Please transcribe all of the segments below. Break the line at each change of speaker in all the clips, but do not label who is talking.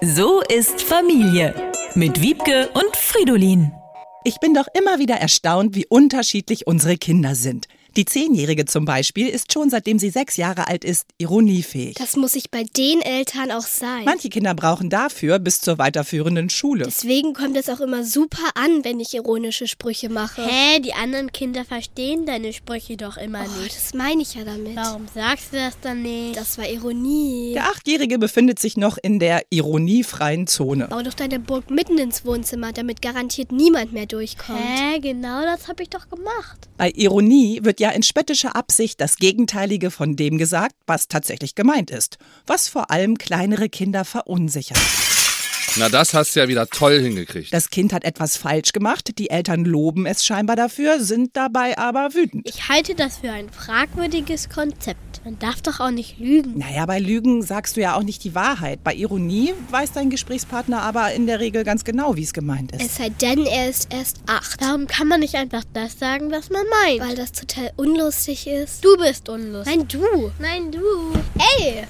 So ist Familie mit Wiebke und Fridolin.
Ich bin doch immer wieder erstaunt, wie unterschiedlich unsere Kinder sind. Die Zehnjährige zum Beispiel ist schon seitdem sie sechs Jahre alt ist ironiefähig.
Das muss ich bei den Eltern auch sein.
Manche Kinder brauchen dafür bis zur weiterführenden Schule.
Deswegen kommt es auch immer super an, wenn ich ironische Sprüche mache.
Hä, die anderen Kinder verstehen deine Sprüche doch immer
Oh,
nicht.
das meine ich ja damit.
Warum sagst du das dann nicht?
Das war Ironie.
Der Achtjährige befindet sich noch in der ironiefreien Zone.
Bau doch deine Burg mitten ins Wohnzimmer, damit garantiert niemand mehr durchkommt.
Hä, genau das habe ich doch gemacht.
Bei Ironie wird ja in spöttischer Absicht das Gegenteilige von dem gesagt, was tatsächlich gemeint ist, was vor allem kleinere Kinder verunsichert.
Na, das hast du ja wieder toll hingekriegt.
Das Kind hat etwas falsch gemacht, die Eltern loben es scheinbar dafür, sind dabei aber wütend.
Ich halte das für ein fragwürdiges Konzept. Man darf doch auch nicht lügen.
Naja, bei Lügen sagst du ja auch nicht die Wahrheit. Bei Ironie weiß dein Gesprächspartner aber in der Regel ganz genau, wie es gemeint ist.
Es sei denn, er ist erst acht,
Warum kann man nicht einfach das sagen, was man meint?
weil das total unlustig ist.
du bist unlustig.
Nein, du.
Nein, du.
Ey,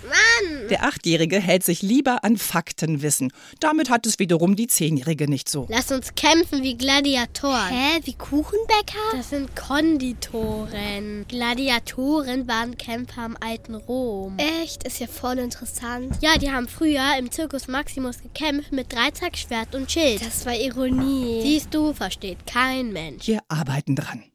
Der Achtjährige hält sich lieber an Faktenwissen. Damit hat es wiederum die Zehnjährige nicht so.
Lass uns kämpfen wie Gladiatoren.
Hä, wie Kuchenbäcker?
Das sind Konditoren. Gladiatoren waren Kämpfer im alten Rom.
Echt, ist ja voll interessant.
Ja, die haben früher im Circus Maximus gekämpft mit Dreizack, Schwert und Schild.
Das war Ironie.
Siehst du, versteht kein Mensch.
Wir arbeiten dran.